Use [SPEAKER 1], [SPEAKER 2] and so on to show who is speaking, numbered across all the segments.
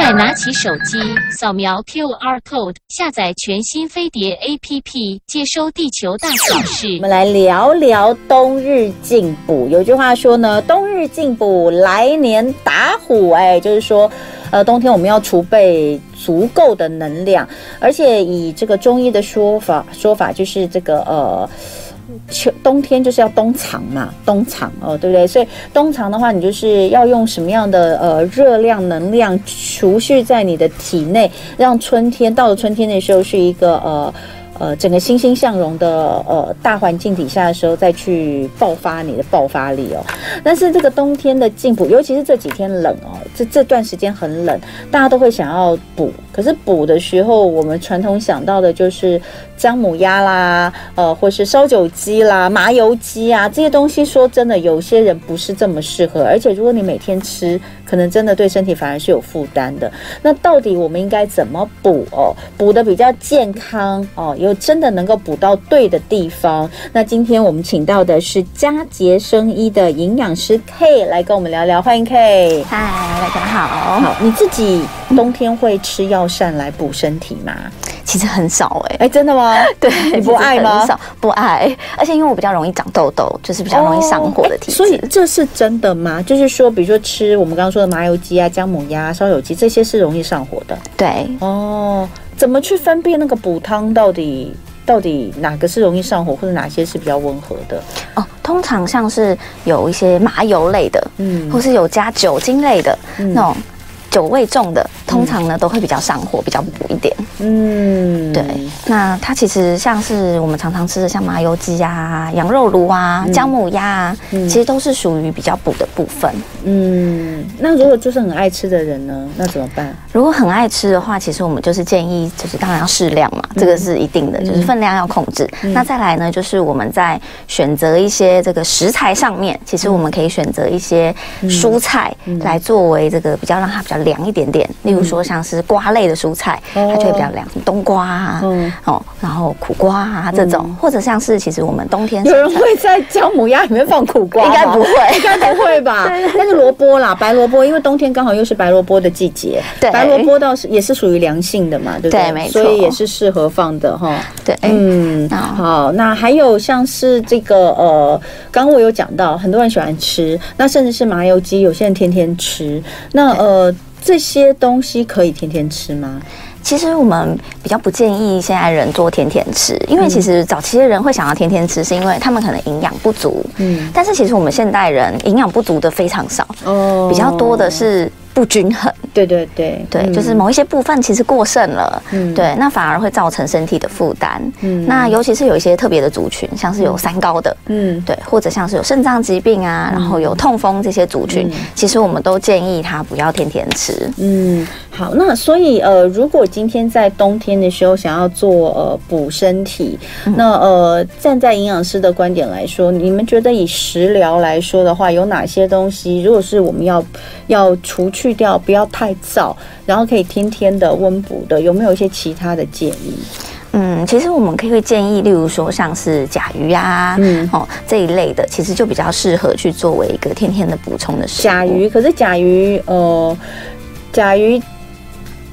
[SPEAKER 1] 再拿起手机，扫描 QR code，下载全新飞碟 APP，接收地球大小
[SPEAKER 2] 我
[SPEAKER 1] 事。
[SPEAKER 2] 们来聊聊冬日进补。有句话说呢，冬日进补，来年打虎。哎，就是说，呃，冬天我们要储备足够的能量，而且以这个中医的说法说法，就是这个呃。秋冬天就是要冬藏嘛，冬藏哦，对不对？所以冬藏的话，你就是要用什么样的呃热量、能量储蓄在你的体内，让春天到了春天的时候是一个呃呃整个欣欣向荣的呃大环境底下的时候，再去爆发你的爆发力哦。但是这个冬天的进补，尤其是这几天冷哦，这这段时间很冷，大家都会想要补。可是补的时候，我们传统想到的就是姜母鸭啦，呃，或是烧酒鸡啦、麻油鸡啊这些东西。说真的，有些人不是这么适合，而且如果你每天吃，可能真的对身体反而是有负担的。那到底我们应该怎么补哦？补的比较健康哦，又真的能够补到对的地方。那今天我们请到的是佳洁生医的营养师 K 来跟我们聊聊，欢迎 K。
[SPEAKER 3] 嗨，大家好。
[SPEAKER 2] 好，你自己冬天会吃药膳来补身体吗？
[SPEAKER 3] 其实很少哎、
[SPEAKER 2] 哎，真的吗？
[SPEAKER 3] 对，
[SPEAKER 2] 你不爱吗
[SPEAKER 3] 其实很少，不爱。而且因为我比较容易长痘痘，就是比较容易上火的
[SPEAKER 2] 哦
[SPEAKER 3] 体
[SPEAKER 2] 哎
[SPEAKER 3] 质、
[SPEAKER 2] 所以这是真的吗？就是说，比如说吃我们刚刚说的麻油鸡啊、姜母鸭、烧酒鸡，这些是容易上火的
[SPEAKER 3] 对，
[SPEAKER 2] 哦。怎么去分辨那个补汤到底到底哪个是容易上火，或者哪些是比较温和的？
[SPEAKER 3] 哦，通常像是有一些麻油类的，
[SPEAKER 2] 嗯
[SPEAKER 3] 或是有加酒精类的、
[SPEAKER 2] 嗯
[SPEAKER 3] 那种。酒味重的，通常呢都会比较上火，比较补一点。
[SPEAKER 2] 嗯，
[SPEAKER 3] 对，那它其实像是我们常常吃的，像麻油鸡啊、羊肉炉啊、姜母鸭啊，
[SPEAKER 2] 嗯
[SPEAKER 3] 其实都是属于比较补的部分。
[SPEAKER 2] 嗯，那如果就是很爱吃的人呢，那怎么 办？
[SPEAKER 3] 如果很爱吃的话，其实我们就是建议，就是当然要适量嘛，这个是一定的，就是分量要控制。那再来呢，就是我们在选择一些这个食材上面，其实我们可以选择一些蔬菜来作为这个比较让它比较凉一点点，例如说像是瓜类的蔬菜，
[SPEAKER 2] 哦
[SPEAKER 3] 它就会比较凉，冬瓜啊
[SPEAKER 2] 嗯，
[SPEAKER 3] 哦，然后苦瓜啊这种，或者像是其实我们冬天
[SPEAKER 2] 有人会在姜母鸭里面放苦瓜吗？
[SPEAKER 3] 应该不会
[SPEAKER 2] 应该不会 吧？但是萝卜啦，白萝卜，因为冬天刚好又是白萝卜的季节，
[SPEAKER 3] 对
[SPEAKER 2] 白萝卜倒是也是属于凉性的嘛，对不对？
[SPEAKER 3] 对没错
[SPEAKER 2] 所以也是适合放的哈。
[SPEAKER 3] 对，哎
[SPEAKER 2] 嗯，
[SPEAKER 3] 那
[SPEAKER 2] 好，那还有像是这个呃，刚刚我有讲到，很多人喜欢吃，那甚至是麻油鸡，有些人天天吃，那呃。这些东西可以天天吃吗？
[SPEAKER 3] 其实我们比较不建议现在人做天天吃，因为
[SPEAKER 2] 嗯
[SPEAKER 3] 其实早期的人会想要天天吃，是因为他们可能营养不足。
[SPEAKER 2] 嗯，
[SPEAKER 3] 但是其实我们现代人营养不足的非常少，
[SPEAKER 2] 哦
[SPEAKER 3] 比较多的，是不均衡。
[SPEAKER 2] 对对对
[SPEAKER 3] 对，
[SPEAKER 2] 嗯
[SPEAKER 3] 就是某一些部分其实过剩了，
[SPEAKER 2] 嗯
[SPEAKER 3] 对，那反而会造成身体的负担。
[SPEAKER 2] 嗯
[SPEAKER 3] 那尤其是有一些特别的族群，像是有三高的，
[SPEAKER 2] 嗯
[SPEAKER 3] 对，或者像是有肾脏疾病啊，然后有痛风这些族群，其实我们都建议他不要天天吃。
[SPEAKER 2] 嗯，好，那所以呃，如果今天在冬天的时候想要做呃补身体，那呃，站在营养师的观点来说，你们觉得以食疗来说的话，有哪些东西，如果是我们要要除去掉，不要太燥，然后可以天天的温补的，有没有一些其他的建议？
[SPEAKER 3] 嗯，其实我们可以会建议，例如说像是甲鱼啊，
[SPEAKER 2] 嗯
[SPEAKER 3] 哦这一类的，其实就比较适合去作为一个天天的补充的食物。
[SPEAKER 2] 甲鱼，可是甲鱼呃，甲鱼。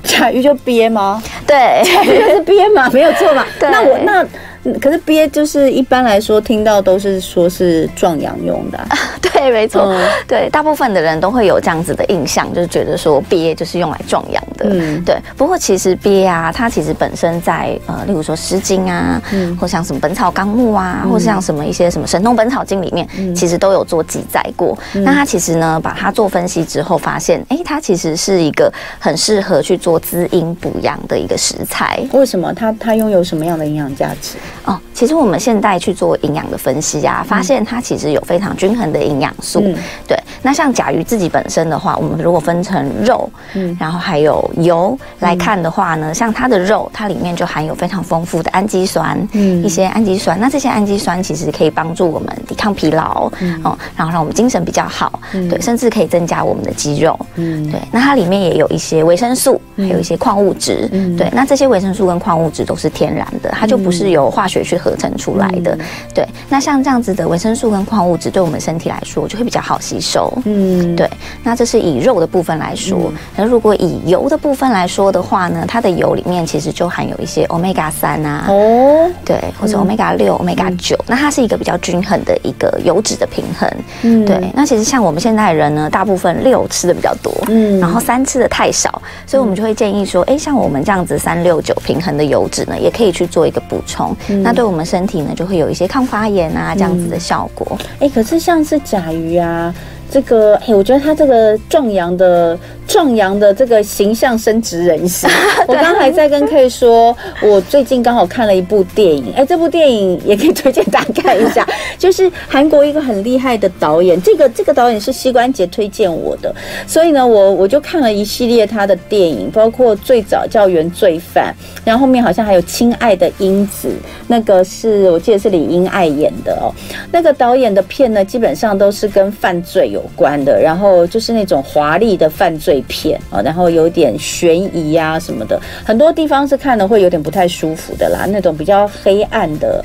[SPEAKER 2] 甲鱼就鳖吗？
[SPEAKER 3] 对，
[SPEAKER 2] 就是鳖嘛，没有错嘛。
[SPEAKER 3] 对
[SPEAKER 2] 那我那嗯可是鳖就是一般来说听到都是说是壮阳用 的啊、
[SPEAKER 3] 对，没错，
[SPEAKER 2] 嗯
[SPEAKER 3] 对，大部分的人都会有这样子的印象，就是觉得说鳖就是用来壮阳的。
[SPEAKER 2] 嗯
[SPEAKER 3] 对。不过其实鳖啊，它其实本身在呃，例如说《诗经》啊，
[SPEAKER 2] 嗯
[SPEAKER 3] 或像什么《本草纲目》啊，或像什么一些什么《神农本草经》里面，
[SPEAKER 2] 嗯
[SPEAKER 3] 其实都有做记载过。那它其实呢，把它做分析之后，发现，哎，它其实是一个很适合去做滋阴补阳的一个食材。
[SPEAKER 2] 为什么它它拥有什么样的营养价值？
[SPEAKER 3] 哦，其实我们现在去做营养的分析啊，发现它其实有非常均衡的营养素。
[SPEAKER 2] 嗯
[SPEAKER 3] 对，那像甲鱼自己本身的话，我们如果分成肉，
[SPEAKER 2] 嗯
[SPEAKER 3] 然后还有油来看的话呢，像它的肉，它里面就含有非常丰富的氨基酸，
[SPEAKER 2] 嗯
[SPEAKER 3] 一些氨基酸。那这些氨基酸其实可以帮助我们抵抗疲劳，
[SPEAKER 2] 嗯
[SPEAKER 3] 哦，然后让我们精神比较好，对，甚至可以增加我们的肌肉。
[SPEAKER 2] 嗯，
[SPEAKER 3] 对，那它里面也有一些维生素，还有一些矿物质。
[SPEAKER 2] 嗯
[SPEAKER 3] 对，那这些维生素跟矿物质都是天然的，它就不是由化学去合
[SPEAKER 2] 嗯
[SPEAKER 3] 成出来的。对，那像这样子的维生素跟矿物质，对我们身体来说就会比较好吸收。
[SPEAKER 2] 嗯，
[SPEAKER 3] 对，那这是以肉的部分来说，那、如果以油的部分来说的话呢，它的油里面其实就含有一些 omega 三啊，
[SPEAKER 2] 哦，
[SPEAKER 3] 对，或者 omega 六、omega 九，那它是一个比较均衡的一个油脂的平衡。
[SPEAKER 2] 嗯
[SPEAKER 3] 对，，那其实像我们现代人呢，大部分六吃的比较多，
[SPEAKER 2] 嗯
[SPEAKER 3] 然后三吃的太少，所以我们就会建议说，哎、像我们这样子三六九平衡的油脂呢，也可以去做一个补充，
[SPEAKER 2] 嗯
[SPEAKER 3] 那对我们身体呢，就会有一些抗发炎啊这样子的效果。
[SPEAKER 2] 哎，可是像是甲鱼啊，这个哎，我觉得他这个壮阳的壮阳的这个形象深植人心。我刚才在跟 K 说，我最近刚好看了一部电影，哎，这部电影也可以推荐大家看一下，就是韩国一个很厉害的导演，这个这个导演是膝关节推荐我的，所以呢，我我就看了一系列他的电影，包括最早叫《原罪犯》，然后后面好像还有《亲爱的英子》，那个是我记得是李英爱演的哦。那个导演的片呢，基本上都是跟犯罪有关的，然后就是那种华丽的犯罪片啊、哦，然后有点悬疑啊什么的，很多地方是看了会有点不太舒服的啦，那种比较黑暗的。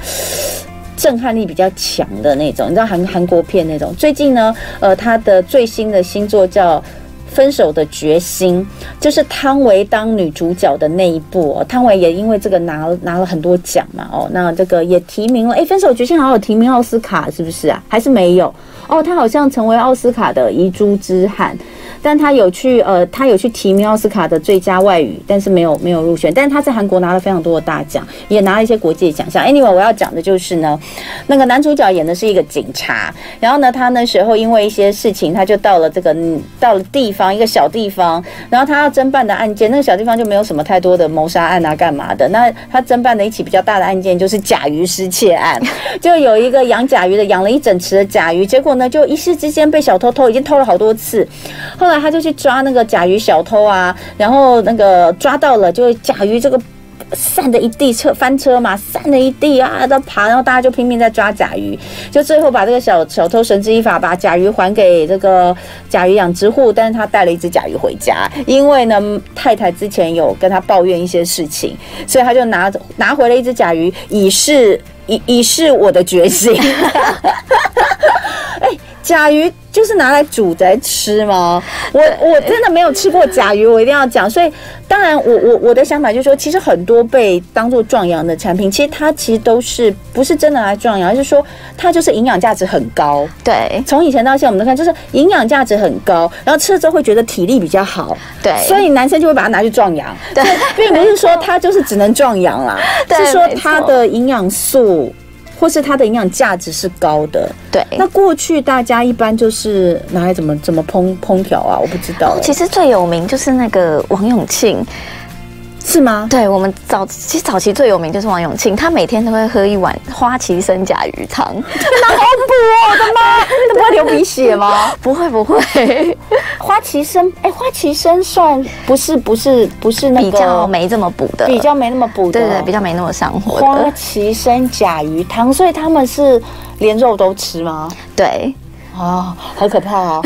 [SPEAKER 2] 震撼力比较强的那种，你知道韩韩国片那种。最近呢，呃，他的最新的新作叫《分手的决心》，就是汤唯当女主角的那一部、哦。汤唯也因为这个拿拿了很多奖嘛，哦，那这个也提名了。哎，《分手决心》好像有提名奥斯卡，是不是啊？还是没有？哦，他好像成为奥斯卡的遗珠之憾。但他有去呃，他有去提名奥斯卡的最佳外语，但是没有没有入选。但是他在韩国拿了非常多的大奖，也拿了一些国际的奖项。Anyway，我要讲的就是呢，那个男主角演的是一个警察，然后呢，他那时候因为一些事情，他就到了这个嗯到了地方一个小地方，然后他要侦办的案件，那个小地方就没有什么太多的谋杀案啊干嘛的。那他侦办的一起比较大的案件就是甲鱼失窃案，就有一个养甲鱼的养了一整池的甲鱼，结果呢就一时之间被小偷偷已经偷了好多次，后来他就去抓那个甲鱼小偷啊，然后那个抓到了，就是甲鱼这个。散的一地车翻车嘛，散了一地啊，在爬，然后大家就拼命在抓甲鱼，就最后把这个小小偷绳之以法，把甲鱼还给这个甲鱼养殖户，但是他带了一只甲鱼回家，因为呢太太之前有跟他抱怨一些事情，所以他就拿拿回了一只甲鱼，以示以以示我的决心。甲鱼就是拿来煮来吃吗？我我真的没有吃过甲鱼，我一定要讲。所以，当然我，我我的想法就是说，其实很多被当做壮阳的产品，其实它其实都是不是真的来壮阳，而是说它就是营养价值很高。
[SPEAKER 3] 对
[SPEAKER 2] 从以前到现在，我们都看就是营养价值很高，然后吃了之后会觉得体力比较好，
[SPEAKER 3] 对
[SPEAKER 2] 所以男生就会把它拿去壮阳。
[SPEAKER 3] 对，
[SPEAKER 2] 并不是说它就是只能壮阳啦，
[SPEAKER 3] 对
[SPEAKER 2] 是说
[SPEAKER 3] 没错
[SPEAKER 2] 它的营养素或是它的营养价值是高的。
[SPEAKER 3] 对。
[SPEAKER 2] 那过去大家一般就是拿来怎么怎么烹烹调啊？我不知道、
[SPEAKER 3] 其实最有名就是那个王永庆，
[SPEAKER 2] 是 吗？
[SPEAKER 3] 对我们早其实早期最有名就是王永庆，他每天都会喝一碗花旗参甲鱼汤，
[SPEAKER 2] 那不会流鼻血吗？
[SPEAKER 3] 不会 不会，
[SPEAKER 2] 花旗参，哎、花旗参算不是不是不是那个
[SPEAKER 3] 比较没这么补的，
[SPEAKER 2] 比较没那么补的，
[SPEAKER 3] 对对，比较没那么上火
[SPEAKER 2] 花
[SPEAKER 3] 的，
[SPEAKER 2] 旗参甲鱼汤，所以他们是连肉都吃吗？
[SPEAKER 3] 对。
[SPEAKER 2] 啊，好可怕啊！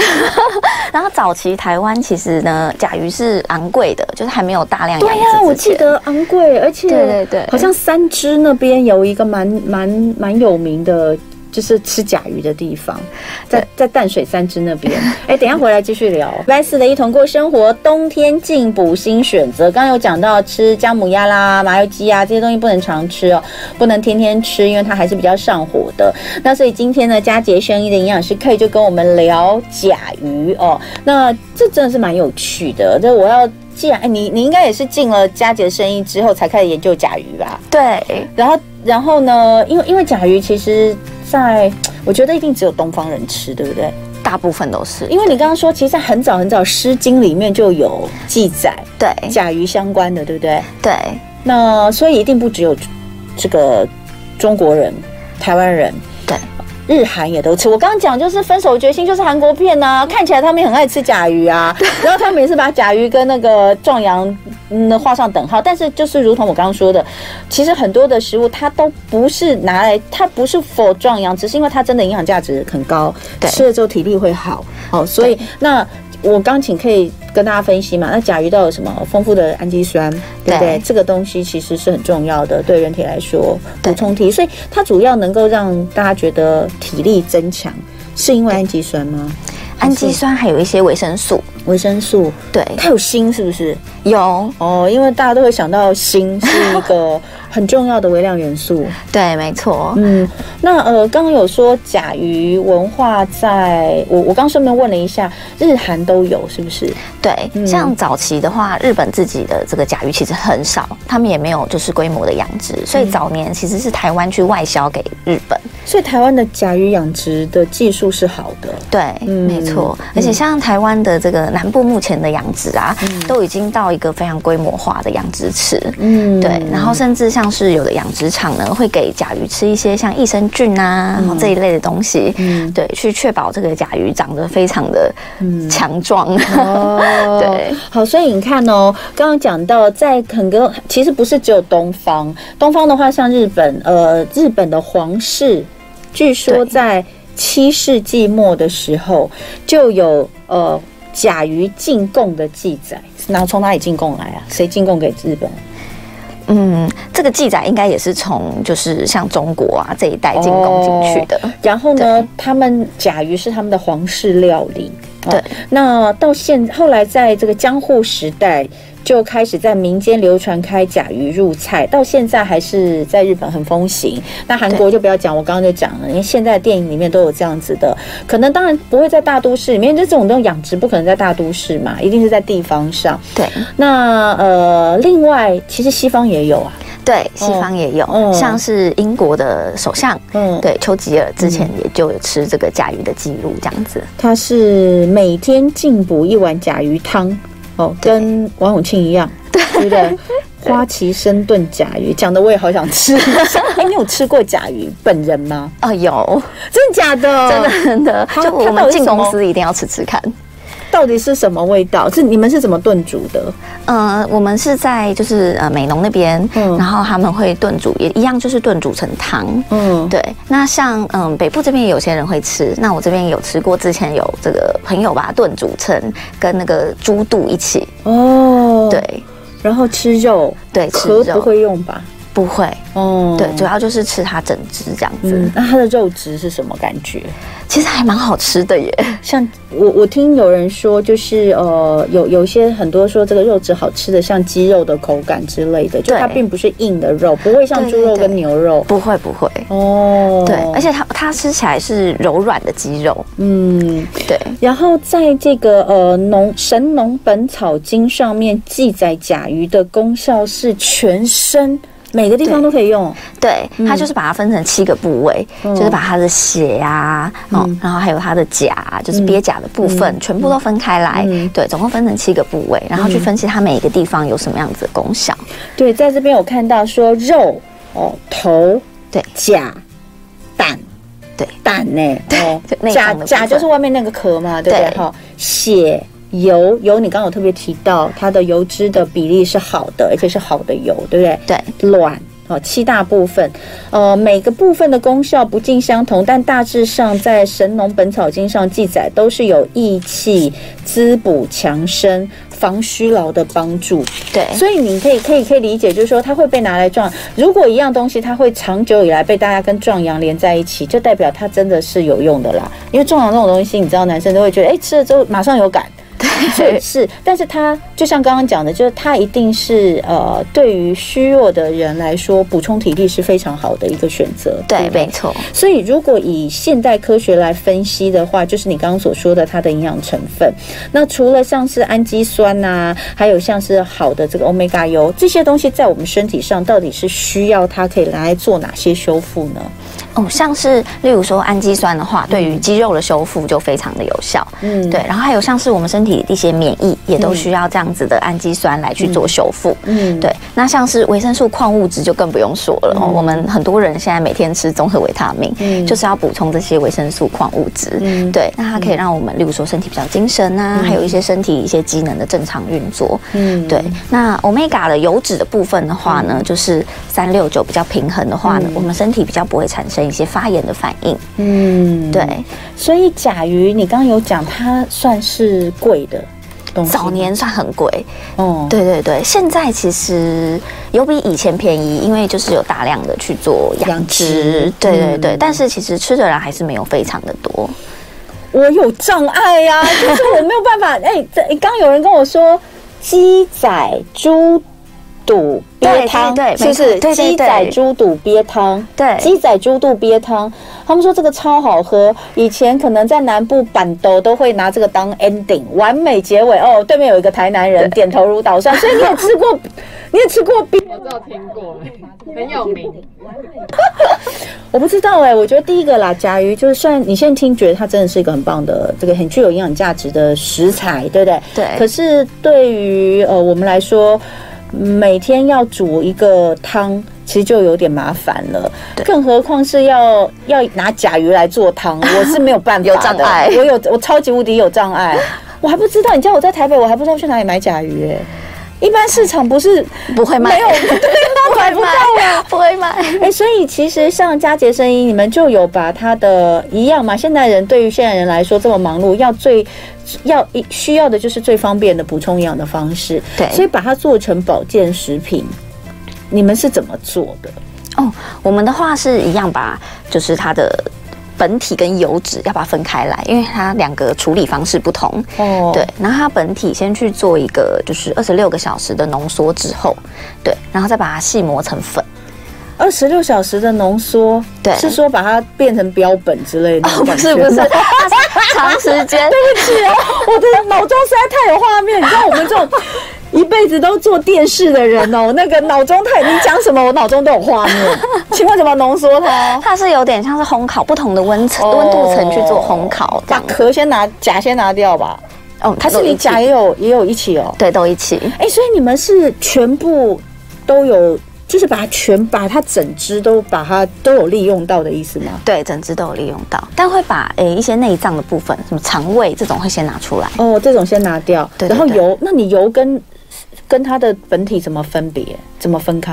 [SPEAKER 3] 然后早期台湾其实呢，甲鱼是昂贵的，就是还没有大量养
[SPEAKER 2] 对呀、
[SPEAKER 3] 殖
[SPEAKER 2] 我
[SPEAKER 3] 之前
[SPEAKER 2] 记得昂贵，而且
[SPEAKER 3] 对对对
[SPEAKER 2] 好像三芝那边有一个蛮蛮蛮有名的。就是吃甲鱼的地方，在在淡水三芝那边。 哎、等一下回来继续聊。拜四的一同过生活，冬天进补新选择。刚刚有讲到吃姜母鸭啦、麻油鸡啊这些东西不能常吃哦，不能天天吃，因为它还是比较上火的。那所以今天呢，佳杰生意的营养师 K 就跟我们聊甲鱼哦。那这真的是蛮有趣的。这我要，既然哎，你你应该也是进了佳杰生意之后才开始研究甲鱼吧？
[SPEAKER 3] 对
[SPEAKER 2] 然后然后呢，因为因为甲鱼其实在。我觉得一定只有东方人吃，对不对？
[SPEAKER 3] 大部分都是
[SPEAKER 2] 因为你刚刚说，其实在很早很早，《诗经》里面就有记载
[SPEAKER 3] 对
[SPEAKER 2] 甲鱼相关的，对不对？
[SPEAKER 3] 对
[SPEAKER 2] 那所以一定不只有这个中国人、台湾人，
[SPEAKER 3] 对，
[SPEAKER 2] 日韩也都吃。我刚刚讲就是《分手决心》就是韩国片呐、看起来他们也很爱吃甲鱼啊，然后他们也是把甲鱼跟那个壮阳嗯画上等号。但是就是如同我刚刚说的，其实很多的食物它都不是拿来，它不是否壮阳，只是因为它真的营养价值很高，
[SPEAKER 3] 对
[SPEAKER 2] 吃了之后体力会好。好、所以那。我刚请可以跟大家分析嘛，那甲鱼到底有什么丰富的氨基酸，对不对？
[SPEAKER 3] 对
[SPEAKER 2] 这个东西其实是很重要的，对人体来说补
[SPEAKER 3] 对
[SPEAKER 2] 充体力，所以它主要能够让大家觉得体力增强，是因为氨基酸吗？
[SPEAKER 3] 氨基酸还有一些维生素，
[SPEAKER 2] 维生素，
[SPEAKER 3] 对，
[SPEAKER 2] 它有锌是不是？
[SPEAKER 3] 有，
[SPEAKER 2] 哦，因为大家都会想到锌 是一个很重要的微量元素。
[SPEAKER 3] 对，没错，
[SPEAKER 2] 嗯，那呃，刚刚有说甲鱼文化在，我我刚顺便问了一下，日韩都有是不是？
[SPEAKER 3] 对，
[SPEAKER 2] 嗯
[SPEAKER 3] 像早期的话，日本自己的这个甲鱼其实很少，他们也没有就是规模的养殖，
[SPEAKER 2] 嗯
[SPEAKER 3] 所以早年其实是台湾去外销给日本。
[SPEAKER 2] 所以台湾的甲鱼养殖的技术是好的。
[SPEAKER 3] 对，
[SPEAKER 2] 嗯
[SPEAKER 3] 没错。而且像台湾的这个南部目前的养殖啊，都已经到一个非常规模化的养殖池。
[SPEAKER 2] 嗯
[SPEAKER 3] 对，然后甚至像是有的养殖场呢，会给甲鱼吃一些像益生菌啊、然后这一类的东西，
[SPEAKER 2] 嗯
[SPEAKER 3] 对，去确保这个甲鱼长得非常的强壮。
[SPEAKER 2] 哦
[SPEAKER 3] 对，
[SPEAKER 2] 好，所以你看哦，刚刚讲到在很多，其实不是只有东方，东方的话像日本，呃，日本的皇室，据说
[SPEAKER 3] 对
[SPEAKER 2] 在七世纪末的时候就有呃甲鱼进贡的记载，那从哪里进贡来啊？谁进贡给日本？
[SPEAKER 3] 嗯，这个记载应该也是从就是像中国啊这一带进攻进去的。
[SPEAKER 2] 然后呢，他们甲鱼是他们的皇室料理。哦
[SPEAKER 3] 对
[SPEAKER 2] 那到现后来，在这个江户时代就开始在民间流传开甲鱼入菜，到现在还是在日本很风行。那韩国就不要讲，我刚刚就讲了，因为现在电影里面都有这样子的，可能当然不会在大都市里面，这种东西养殖不可能在大都市嘛，一定是在地方上。
[SPEAKER 3] 对
[SPEAKER 2] 那呃，另外其实西方也有啊，
[SPEAKER 3] 对，西方也有，
[SPEAKER 2] 嗯
[SPEAKER 3] 像是英国的首相。
[SPEAKER 2] 嗯，哦
[SPEAKER 3] 对，丘吉尔之前也就有吃这个甲鱼的记录，这样子。
[SPEAKER 2] 他是每天进补一碗甲鱼汤，哦，
[SPEAKER 3] 对
[SPEAKER 2] 跟王永庆一 样，对不对？花旗参炖甲鱼，讲的我也好想 吃。哎，你有吃过甲鱼本人吗？
[SPEAKER 3] 哦，有，
[SPEAKER 2] 真的假的？
[SPEAKER 3] 真的，真的，
[SPEAKER 2] 它
[SPEAKER 3] 就我
[SPEAKER 2] 它到
[SPEAKER 3] 们
[SPEAKER 2] 底是
[SPEAKER 3] 进
[SPEAKER 2] 什么
[SPEAKER 3] 公司一定要吃吃看。
[SPEAKER 2] 到底是什么味道？是你们是怎么炖煮的？
[SPEAKER 3] 呃，我们是在就是呃美浓那边，
[SPEAKER 2] 嗯
[SPEAKER 3] 然后他们会炖煮，也一样就是炖煮成汤。
[SPEAKER 2] 嗯，
[SPEAKER 3] 对，那像嗯北部这边有些人会吃，那我这边有吃过，之前有这个朋友把它炖煮成跟那个猪肚一起，
[SPEAKER 2] 哦，，
[SPEAKER 3] 对
[SPEAKER 2] 然后吃肉，
[SPEAKER 3] 对，吃
[SPEAKER 2] 壳不
[SPEAKER 3] 肉
[SPEAKER 2] 会用吧？
[SPEAKER 3] 不会，
[SPEAKER 2] 哦，
[SPEAKER 3] 对，主要就是吃它整只这样
[SPEAKER 2] 嗯
[SPEAKER 3] 子，，
[SPEAKER 2] 那它的肉质是什么感觉？
[SPEAKER 3] 其实还蛮好吃的耶。
[SPEAKER 2] 像我我听有人说，就是呃，有有一些很多说这个肉质好吃的，像鸡肉的口感之类的，就
[SPEAKER 3] 对
[SPEAKER 2] 它并不是硬的肉，不会像
[SPEAKER 3] 对
[SPEAKER 2] 猪
[SPEAKER 3] 对
[SPEAKER 2] 肉
[SPEAKER 3] 对
[SPEAKER 2] 跟牛肉。
[SPEAKER 3] 不会不会，
[SPEAKER 2] 哦，
[SPEAKER 3] 对，而且它它吃起来是柔软的鸡肉，
[SPEAKER 2] 嗯，
[SPEAKER 3] 对
[SPEAKER 2] 然后在这个呃《农神农本草经》上面记载甲鱼的功效是全身每个地方
[SPEAKER 3] 对
[SPEAKER 2] 都可以用。哦
[SPEAKER 3] 对，它就是把它分成七个部位，就是把它的血啊，哦，然后还有它的甲，就是鳖甲的部分，全部都分开来，
[SPEAKER 2] 嗯
[SPEAKER 3] 对，总共分成七个部位，然后去分析它每一个地方有什么样子的功效。
[SPEAKER 2] 对，在这边有看到说肉哦，头
[SPEAKER 3] 对
[SPEAKER 2] 甲胆
[SPEAKER 3] 对
[SPEAKER 2] 胆呢、哦
[SPEAKER 3] 对内
[SPEAKER 2] 甲
[SPEAKER 3] 脏的部
[SPEAKER 2] 甲
[SPEAKER 3] 分
[SPEAKER 2] 就是外面那个壳嘛，对不对？
[SPEAKER 3] 对
[SPEAKER 2] 哈、血油油，你刚刚有特别提到它的油脂的比例是好的，而且是好的油，对不对？
[SPEAKER 3] 对，
[SPEAKER 2] 卵哦，七大部分，呃，每个部分的功效不尽相同，但大致上在《神农本草经》上记载都是有益气、滋补、强身、防虚劳的帮助。
[SPEAKER 3] 对，
[SPEAKER 2] 所以你可以可以可以理解，就是说它会被拿来壮。如果一样东西它会长久以来被大家跟壮阳连在一起，就代表它真的是有用的啦。因为壮阳这种东西，你知道男生都会觉得，哎、吃了之后马上有感。所以 是，但是它就像刚刚讲的，就是它一定是呃，对于虚弱的人来说，补充体力是非常好的一个选择。
[SPEAKER 3] 对，
[SPEAKER 2] 不对
[SPEAKER 3] 没错，
[SPEAKER 2] 所以，如果以现代科学来分析的话，就是你刚刚所说的它的营养成分。那除了像是氨基酸呐、还有像是好的这个 omega 油这些东西，在我们身体上到底是需要它可以拿来做哪些修复呢？
[SPEAKER 3] 哦，像是例如说氨基酸的话，对于肌肉的修复就非常的有效。
[SPEAKER 2] 嗯，
[SPEAKER 3] 对，然后还有像是我们身体的一些免疫，也都需要这样子的氨基酸来去做修复。
[SPEAKER 2] 嗯，
[SPEAKER 3] 对，那像是维生素、矿物质就更不用说了哦。我们很多人现在每天吃综合维他命，
[SPEAKER 2] 嗯
[SPEAKER 3] 就是要补充这些维生素、矿物质。
[SPEAKER 2] 嗯
[SPEAKER 3] 对，那它可以让我们，例如说身体比较精神啊，还有一些身体一些机能的正常运作。
[SPEAKER 2] 嗯
[SPEAKER 3] 对，那 omega 的油脂的部分的话呢，就是三六九比较平衡的话呢，我们身体比较不会产生一些发炎的反应。
[SPEAKER 2] 嗯，
[SPEAKER 3] 对，
[SPEAKER 2] 所以甲鱼，你刚刚有讲它算是贵的东西，
[SPEAKER 3] 早年算很贵，
[SPEAKER 2] 哦，
[SPEAKER 3] 对对对，现在其实有比以前便宜，因为就是有大量的去做养
[SPEAKER 2] 养
[SPEAKER 3] 殖
[SPEAKER 2] 殖，
[SPEAKER 3] 对对对，
[SPEAKER 2] 嗯
[SPEAKER 3] 但是其实吃的人还是没有非常的多，
[SPEAKER 2] 我有障碍呀、 就是我没有办法。哎、这刚有人跟我说鸡仔猪肚鳖
[SPEAKER 3] 对
[SPEAKER 2] 汤，
[SPEAKER 3] 对对
[SPEAKER 2] 是不是
[SPEAKER 3] 没错对对
[SPEAKER 2] 鸡仔
[SPEAKER 3] 对
[SPEAKER 2] 猪肚鳖汤？
[SPEAKER 3] 对
[SPEAKER 2] 鸡仔猪肚鳖汤，他们说这个超好喝。以前可能在南部板豆都会拿这个当 ending，完美结尾。哦，对面有一个台南人点头如捣蒜，所以你也吃 过，你也吃过鳖
[SPEAKER 4] 我只有听过，很有名。
[SPEAKER 2] 我不知道哎、我觉得第一个啦，甲鱼就是虽然你现在听觉得它真的是一个很棒的，这个很具有营养价值的食材，对不对？
[SPEAKER 3] 对
[SPEAKER 2] 可是对于呃我们来说，每天要煮一个汤，其实就有点麻烦了，更何况是要要拿甲鱼来做 汤，我是没有办法的
[SPEAKER 3] 有障碍
[SPEAKER 2] 我有我超级无敌有障 碍，我还不知道，你叫我在台北，我还不知道去哪里买甲鱼哎、一般市场不 是
[SPEAKER 3] 不会卖，
[SPEAKER 2] 没有 对啊，买不到啊。
[SPEAKER 3] 不会卖。
[SPEAKER 2] 哎、所以其实像佳洁声音，你们就有把它的一样嘛。现代人对于现代人来说这么忙碌，要最要需要的就是最方便的补充营养的方式。
[SPEAKER 3] 对
[SPEAKER 2] 所以把它做成保健食品，你们是怎么做的？
[SPEAKER 3] 哦，我们的话是一样把，就是它的本体跟油脂要把它分开来，因为它两个处理方式不同。
[SPEAKER 2] 哦
[SPEAKER 3] 对，，然后它本体先去做一个就是二十六个小时的浓缩之后，对，然后再把它细磨成 粉。
[SPEAKER 2] 二十六小时的浓缩，
[SPEAKER 3] 对哦
[SPEAKER 2] 是说把它变成标本之类的那种感觉吗、
[SPEAKER 3] 它是长时间
[SPEAKER 2] 是啊，我的 脑中实在太有画面，你知道我们这种一辈子都做电视的人哦，那个脑中太，你讲什么我脑中都有画面，请问怎么浓缩它？
[SPEAKER 3] 它是有点像是烘烤，不同的温层、
[SPEAKER 2] 哦
[SPEAKER 3] 温度层去做烘烤这
[SPEAKER 2] 把
[SPEAKER 3] 样。
[SPEAKER 2] 壳啊先拿，甲先拿掉吧。啊
[SPEAKER 3] 哦，
[SPEAKER 2] 还是
[SPEAKER 3] 都一
[SPEAKER 2] 你
[SPEAKER 3] 起
[SPEAKER 2] 甲也有也有一起哦？
[SPEAKER 3] 对，都一起。
[SPEAKER 2] 哎、所以你们是全部都有，就是把它全把它整只都把它都有利用到的意思吗？
[SPEAKER 3] 对，整只都有利用到，但会把诶、一些内脏的部分，什么肠胃这种会先拿出来。
[SPEAKER 2] 哦，这种先拿掉，
[SPEAKER 3] 对对
[SPEAKER 2] 然后
[SPEAKER 3] 对
[SPEAKER 2] 油，那你油跟跟它的本体怎么分别？怎么分开？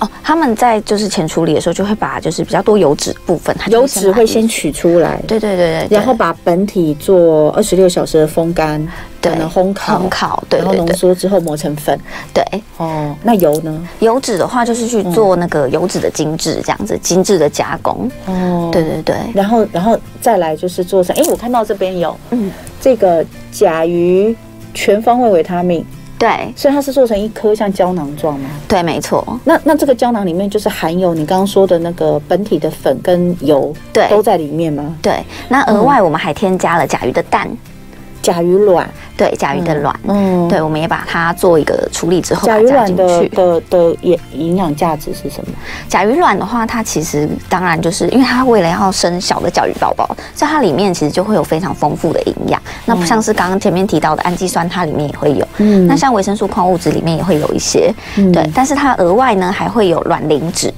[SPEAKER 3] 哦，他们在就是前处理的时候，就会把就是比较多油脂部分，它就
[SPEAKER 2] 油脂
[SPEAKER 3] 把
[SPEAKER 2] 会
[SPEAKER 3] 它
[SPEAKER 2] 先取出来，
[SPEAKER 3] 对对对对，对
[SPEAKER 2] 然后把本体做二十六小时的风干，
[SPEAKER 3] 对
[SPEAKER 2] 可能烘烤，
[SPEAKER 3] 烘烤对
[SPEAKER 2] 然后
[SPEAKER 3] 对
[SPEAKER 2] 浓
[SPEAKER 3] 对
[SPEAKER 2] 缩之后磨成粉。
[SPEAKER 3] 对
[SPEAKER 2] 哦，那油呢？
[SPEAKER 3] 油脂的话，就是去做那个油脂的精致，这样子精致的加工。
[SPEAKER 2] 哦
[SPEAKER 3] 对。对对，
[SPEAKER 2] 然后，然后再来就是做成，哎，我看到这边有，嗯
[SPEAKER 3] 嗯，
[SPEAKER 2] 这个甲鱼全方位维他命，
[SPEAKER 3] 对
[SPEAKER 2] 所以它是做成一颗像胶囊状吗？
[SPEAKER 3] 对，没错，
[SPEAKER 2] 那那这个胶囊里面就是含有你刚刚说的那个本体的粉跟油，
[SPEAKER 3] 对
[SPEAKER 2] 都在里面吗？
[SPEAKER 3] 对。那额外我们还添加了甲鱼的蛋，
[SPEAKER 2] 甲鱼卵，
[SPEAKER 3] 对，甲鱼的卵，
[SPEAKER 2] 嗯，
[SPEAKER 3] 对，我们也把它做一个处理之后，
[SPEAKER 2] 甲鱼
[SPEAKER 3] 把它加
[SPEAKER 2] 卵
[SPEAKER 3] 进
[SPEAKER 2] 的
[SPEAKER 3] 去。
[SPEAKER 2] 的的营营养价值是什么？
[SPEAKER 3] 甲鱼卵的话，它其实当然就是因为它为了要生小的甲鱼宝宝，所以它里面其实就会有非常丰富的营养。那不像是刚刚前面提到的氨基酸，它里面也会有。
[SPEAKER 2] 嗯
[SPEAKER 3] 那像维生素、矿物质里面也会有一些。
[SPEAKER 2] 嗯
[SPEAKER 3] 对，但是它额外呢还会有卵磷脂。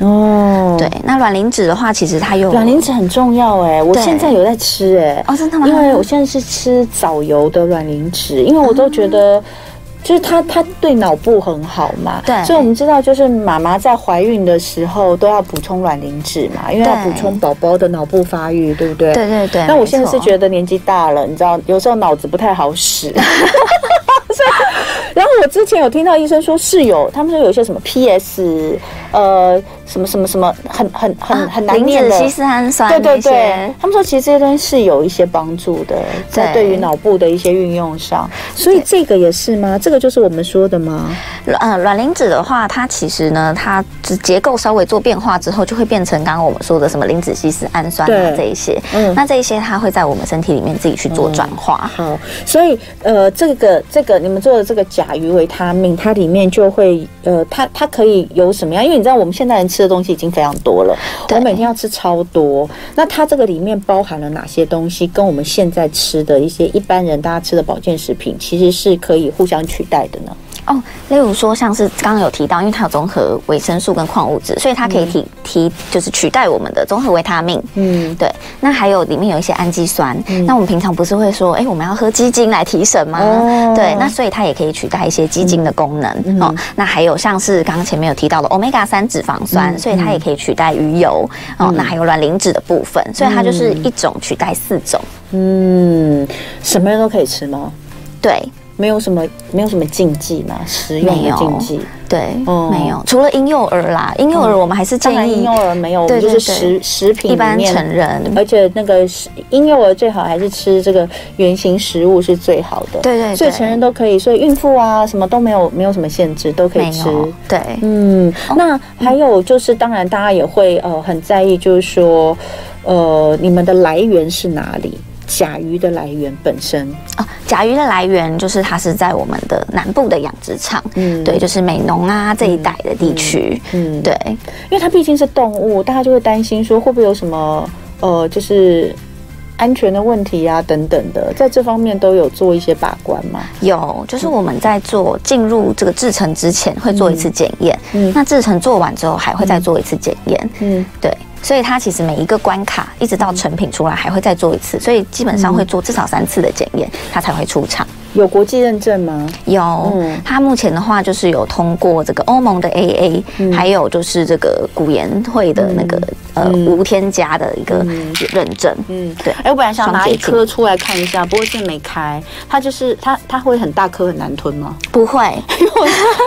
[SPEAKER 2] 哦，
[SPEAKER 3] 对，，那卵磷脂的话，其实它有
[SPEAKER 2] 卵磷脂很重要哎、我
[SPEAKER 3] 对
[SPEAKER 2] 现在有在吃哎、
[SPEAKER 3] 哦，真的吗？
[SPEAKER 2] 因为我现在是吃藻油的卵磷脂，因为我都觉得。就是它，它对脑部很好嘛。
[SPEAKER 3] 嗯对
[SPEAKER 2] 所以我们知道，就是妈妈在怀孕的时候都要补充卵磷脂嘛，因为要
[SPEAKER 3] 对
[SPEAKER 2] 补充宝宝的脑部发育，对不对？
[SPEAKER 3] 对对对，
[SPEAKER 2] 那我现在是
[SPEAKER 3] 得
[SPEAKER 2] 觉得年纪大了，你知道，有时候脑子不太好使。 所以，然后我之前有听到医生说是有，他们说有一些什么 PS，呃，什么什么什么，很很很很难
[SPEAKER 3] 啊磷
[SPEAKER 2] 念
[SPEAKER 3] 脂
[SPEAKER 2] 的。
[SPEAKER 3] 稀释氨酸
[SPEAKER 2] 对对
[SPEAKER 3] 那些
[SPEAKER 2] 对，他们说其实这些东西是有一些帮助的，在对
[SPEAKER 3] 对
[SPEAKER 2] 于脑部的一些运用上，所以这个也是吗？这个就是我们说的吗？
[SPEAKER 3] 呃，卵磷脂的话，它其实呢，它只结构稍微做变化之后，就会变成刚刚我们说的什么磷脂稀释氨酸啊
[SPEAKER 2] 对
[SPEAKER 3] 这一些。
[SPEAKER 2] 嗯
[SPEAKER 3] 那这一些它会在我们身体里面自己去做转化。
[SPEAKER 2] 好，所以呃，这个这个你们做的这个甲鱼维他命，它里面就会呃，它它可以有什么样？因为你知道我们现代人吃的东西已经非常多了，
[SPEAKER 3] 对
[SPEAKER 2] 我每天要吃超多。那它这个里面包含了哪些东西？跟我们现在吃的一些一般人大家吃的保健食品，其实是可以互相取代的呢？
[SPEAKER 3] 哦，例如说像是刚刚有提到，因为它有综合维生素跟矿物质，所以它可以提、提就是取代我们的综合维他命。
[SPEAKER 2] 嗯，
[SPEAKER 3] 对，那还有里面有一些氨基酸，那我们平常不是会说，哎、我们要喝鸡精来提神吗？
[SPEAKER 2] 哦嗯
[SPEAKER 3] 对，那所以它也可以取代一些鸡精的功能、哦。那还有像是刚刚前面有提到的 omega 三脂肪酸，
[SPEAKER 2] 嗯
[SPEAKER 3] 所以它也可以取代鱼油哦。那还有卵磷脂的部分，所以它
[SPEAKER 2] 嗯
[SPEAKER 3] 就是一种取代四种。
[SPEAKER 2] 嗯，什么人都可以吃吗？
[SPEAKER 3] 对，
[SPEAKER 2] 没有什么没有什么禁忌嘛，食用
[SPEAKER 3] 没
[SPEAKER 2] 的
[SPEAKER 3] 有
[SPEAKER 2] 禁忌。
[SPEAKER 3] 对，
[SPEAKER 2] 哦
[SPEAKER 3] 没有，除了婴幼儿啦，婴幼儿我们还是
[SPEAKER 2] 当然
[SPEAKER 3] 建
[SPEAKER 2] 婴
[SPEAKER 3] 议
[SPEAKER 2] 幼儿没有，我
[SPEAKER 3] 对
[SPEAKER 2] 们就是
[SPEAKER 3] 对
[SPEAKER 2] 食
[SPEAKER 3] 对
[SPEAKER 2] 食品
[SPEAKER 3] 一
[SPEAKER 2] 里
[SPEAKER 3] 般成
[SPEAKER 2] 面。呃
[SPEAKER 3] 人。
[SPEAKER 2] 而且那个食婴幼儿最好还是吃这个原型食物是最好的，
[SPEAKER 3] 对对对
[SPEAKER 2] 所以成人都可以，所以孕妇啊什么都没有没有什么限制，都可以
[SPEAKER 3] 没
[SPEAKER 2] 吃。
[SPEAKER 3] 有，对，
[SPEAKER 2] 嗯，那还有就是，当然大家也会呃很在意，就是说，呃，你们的来源是哪里？甲鱼的来源本身，
[SPEAKER 3] 哦，甲鱼的来源就是它是在我们的南部的养殖场，
[SPEAKER 2] 嗯
[SPEAKER 3] 对，，就是美浓啊这一带的地区，
[SPEAKER 2] 嗯，
[SPEAKER 3] 对，
[SPEAKER 2] 因为它毕竟是动物，大家就会担心说会不会有什么呃，就是安全的问题啊等等的，在这方面都有做一些把关嘛。
[SPEAKER 3] 有，就是我们在做进入这个制成之前会做一次检验，
[SPEAKER 2] 嗯
[SPEAKER 3] 那制成做完之后还会再做一次检验，
[SPEAKER 2] 嗯，
[SPEAKER 3] 对，所以它其实每一个关卡一直到成品出来还会再做一次，所以基本
[SPEAKER 2] 嗯
[SPEAKER 3] 上会做至少三次的检验，它才会出厂。
[SPEAKER 2] 有国际认证吗？
[SPEAKER 3] 有
[SPEAKER 2] 嗯，
[SPEAKER 3] 它目前的话就是有通过这个欧盟的 AA，、还有就是这个古研会的那个、呃
[SPEAKER 2] 嗯嗯
[SPEAKER 3] 无添加的一个认证。
[SPEAKER 2] 嗯，
[SPEAKER 3] 对
[SPEAKER 2] 哎、我本来想拿
[SPEAKER 3] 双节
[SPEAKER 2] 一
[SPEAKER 3] 茎
[SPEAKER 2] 颗出来看一下，不过是没开。它就是它，它会很大颗，很难吞 吗？
[SPEAKER 3] 不会，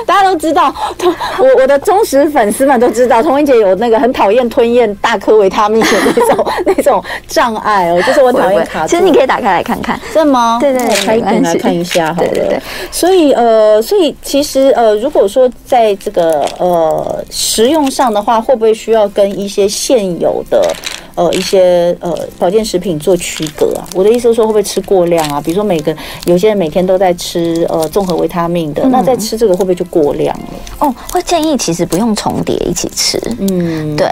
[SPEAKER 2] 大家都知道，都我我的忠实粉丝们都知道，童英姐有那个很讨厌吞咽大颗维他命的那 种那种障碍哦，就是我
[SPEAKER 3] 不
[SPEAKER 2] 讨
[SPEAKER 3] 会
[SPEAKER 2] 厌卡住。
[SPEAKER 3] 其实你可以打开来看看。
[SPEAKER 2] 这吗？
[SPEAKER 3] 对对
[SPEAKER 2] 那我开一点
[SPEAKER 3] 没
[SPEAKER 2] 来
[SPEAKER 3] 关系
[SPEAKER 2] 看一下好了。
[SPEAKER 3] 对对对
[SPEAKER 2] 所以呃，所以其实呃，如果说在这个呃食用上的话，会不会需要跟一些现有的呃一些呃保健食品做区隔啊？我的意思是说，会不会吃过量啊？比如说每个有些人每天都在吃呃综合维他命的，那在吃这个会不会就过量了？
[SPEAKER 3] 哦，会建议其实不用重叠一起吃。
[SPEAKER 2] 嗯，
[SPEAKER 3] 对。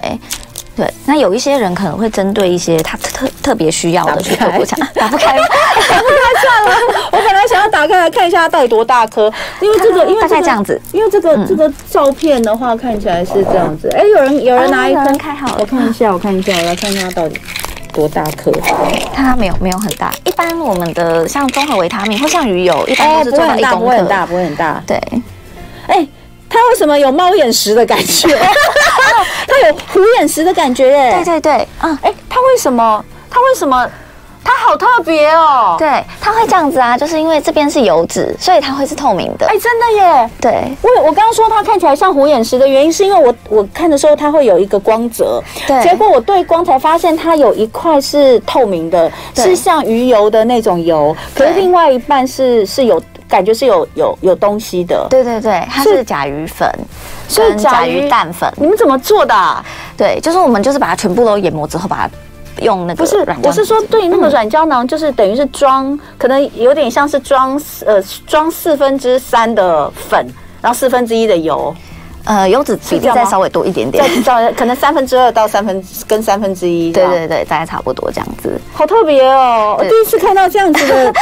[SPEAKER 3] 对，那有一些人可能会针对一些他特特特别需要
[SPEAKER 2] 打
[SPEAKER 3] 的
[SPEAKER 2] 不
[SPEAKER 3] 去做
[SPEAKER 2] 开
[SPEAKER 3] 补偿，打不开吗，
[SPEAKER 2] 我本来想要打开来看一下它到底多大颗，因 为这 个，因为
[SPEAKER 3] 大概
[SPEAKER 2] 这
[SPEAKER 3] 这
[SPEAKER 2] 个
[SPEAKER 3] 样子。
[SPEAKER 2] 因为这个、这个照片的话看起来是这样子，哎、有人有人拿一
[SPEAKER 3] 哦
[SPEAKER 2] 颗
[SPEAKER 3] 有人开好了
[SPEAKER 2] 我看一下，我看一下，我来看一下到底多大颗。
[SPEAKER 3] 它没有没有很大，一般我们的像综合维他命或像鱼油，一般都是
[SPEAKER 2] 不
[SPEAKER 3] 做
[SPEAKER 2] 会
[SPEAKER 3] 到
[SPEAKER 2] 很
[SPEAKER 3] 一
[SPEAKER 2] 大，
[SPEAKER 3] 公
[SPEAKER 2] 哎不会很
[SPEAKER 3] 克。
[SPEAKER 2] 大，不会很大。
[SPEAKER 3] 对，
[SPEAKER 2] 哎、它为什么有猫眼石的感觉？ 它有虎眼石的感觉耶。
[SPEAKER 3] 对对对，嗯，
[SPEAKER 2] 哎、它为什么？它为什么？它好特别哦。
[SPEAKER 3] 对，它会这样子啊，就是因为这边是油脂，所以它会是透明的
[SPEAKER 2] 哎、。真的耶。
[SPEAKER 3] 对
[SPEAKER 2] 我我刚刚说它看起来像虎眼石的原因，是因为我我看的时候它会有一个光泽，
[SPEAKER 3] 对
[SPEAKER 2] 结果我对光才发现它有一块是透明的，
[SPEAKER 3] 对
[SPEAKER 2] 是像鱼油的那种油，可是
[SPEAKER 3] 对
[SPEAKER 2] 另外一半是是有感觉是有有有东西的，
[SPEAKER 3] 对对对，它
[SPEAKER 2] 所以
[SPEAKER 3] 是甲鱼粉
[SPEAKER 2] 所以
[SPEAKER 3] 跟
[SPEAKER 2] 甲
[SPEAKER 3] 甲
[SPEAKER 2] 鱼
[SPEAKER 3] 鱼蛋粉。
[SPEAKER 2] 你们怎么做的啊、
[SPEAKER 3] 对，就是我们就是把它全部都研磨之后，把它用那个
[SPEAKER 2] 不是
[SPEAKER 3] 呃软，嗯
[SPEAKER 2] 我
[SPEAKER 3] 胶
[SPEAKER 2] 是说对那个软胶囊，就是等于是装，可能有点像是装呃装四分之三的粉，然后四分之一的油，
[SPEAKER 3] 呃油脂比
[SPEAKER 2] 这
[SPEAKER 3] 例
[SPEAKER 2] 样吗
[SPEAKER 3] 再稍微多一点点
[SPEAKER 2] 再。照可能三分之二到三分跟三分之一这
[SPEAKER 3] 对
[SPEAKER 2] 样，
[SPEAKER 3] 对对，大概差不多这样子。
[SPEAKER 2] 好特别哦！我
[SPEAKER 3] 对
[SPEAKER 2] 第一次看到这样子 的，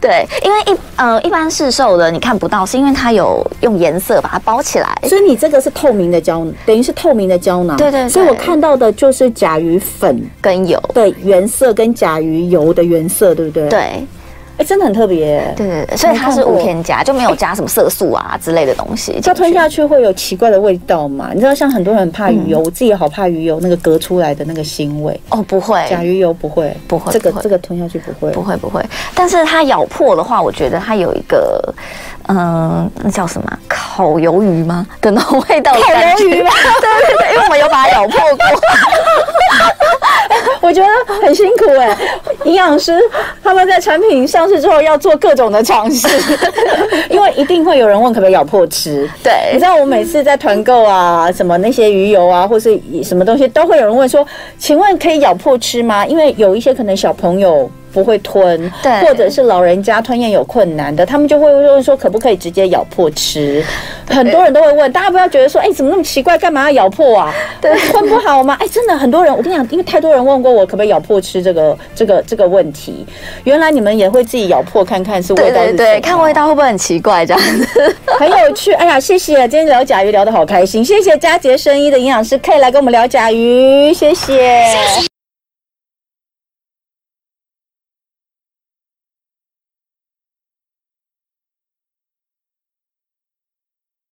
[SPEAKER 3] 对，因为一呃一般市售的你看不到，是因为它有用颜色把它包起来。
[SPEAKER 2] 所以你这个是透明的胶，等于是透明的胶囊。
[SPEAKER 3] 对对对
[SPEAKER 2] 所以我看到的就是甲鱼粉
[SPEAKER 3] 跟油。
[SPEAKER 2] 的原色跟甲鱼油的原色，对不对？，
[SPEAKER 3] 对
[SPEAKER 2] 哎，真的很特别。
[SPEAKER 3] 对对对，所以它是无添加，就没有加什么色素啊之类的东西进去。
[SPEAKER 2] 它吞下去会有奇怪的味道嘛？你知道，像很多人很怕鱼油，我自己也好怕鱼油那个隔出来的那个腥味。
[SPEAKER 3] 哦，不会，
[SPEAKER 2] 甲鱼油不会，
[SPEAKER 3] 不会
[SPEAKER 2] 这个
[SPEAKER 3] 不会
[SPEAKER 2] 这个吞下去不会。
[SPEAKER 3] 不会不会，但是它咬破的话，我觉得它有一个，嗯、那叫什么啊烤鱿鱼吗的那种味道的感觉？
[SPEAKER 2] 烤鱿鱼吗啊
[SPEAKER 3] 对对对，因为我们有把它咬破 过。
[SPEAKER 2] 我觉得很辛苦哎、营养师他们在产品上市之后要做各种的尝试， 因为一定会有人问可不可以咬破吃。你
[SPEAKER 3] 对
[SPEAKER 2] 知，道我每次在团购啊，什么那些鱼油啊，或是什么东西，都会有人问说：“请问可以咬破吃吗？”因为有一些可能小朋友不会吞，
[SPEAKER 3] 对
[SPEAKER 2] 或者是老人家吞咽有困难的，他们就会问说：“可不可以直接咬破吃？”很多人都会问，大家不要觉得说：“哎、怎么那么奇怪，干嘛要咬破啊？
[SPEAKER 3] 对
[SPEAKER 2] 吞不好吗？”哎、真的很多人，我跟你讲，因为太多人问过我可不可以咬破吃这个这个这个问题，原来你们也会自己咬破看看是味
[SPEAKER 3] 对
[SPEAKER 2] 道是
[SPEAKER 3] 对对，
[SPEAKER 2] 什么
[SPEAKER 3] 看味道会不会很奇怪这样子？
[SPEAKER 2] 很有趣，哎呀，谢谢，今天聊甲鱼聊得好开心，谢谢佳杰生医的营养师 K 来跟我们聊甲鱼，谢谢。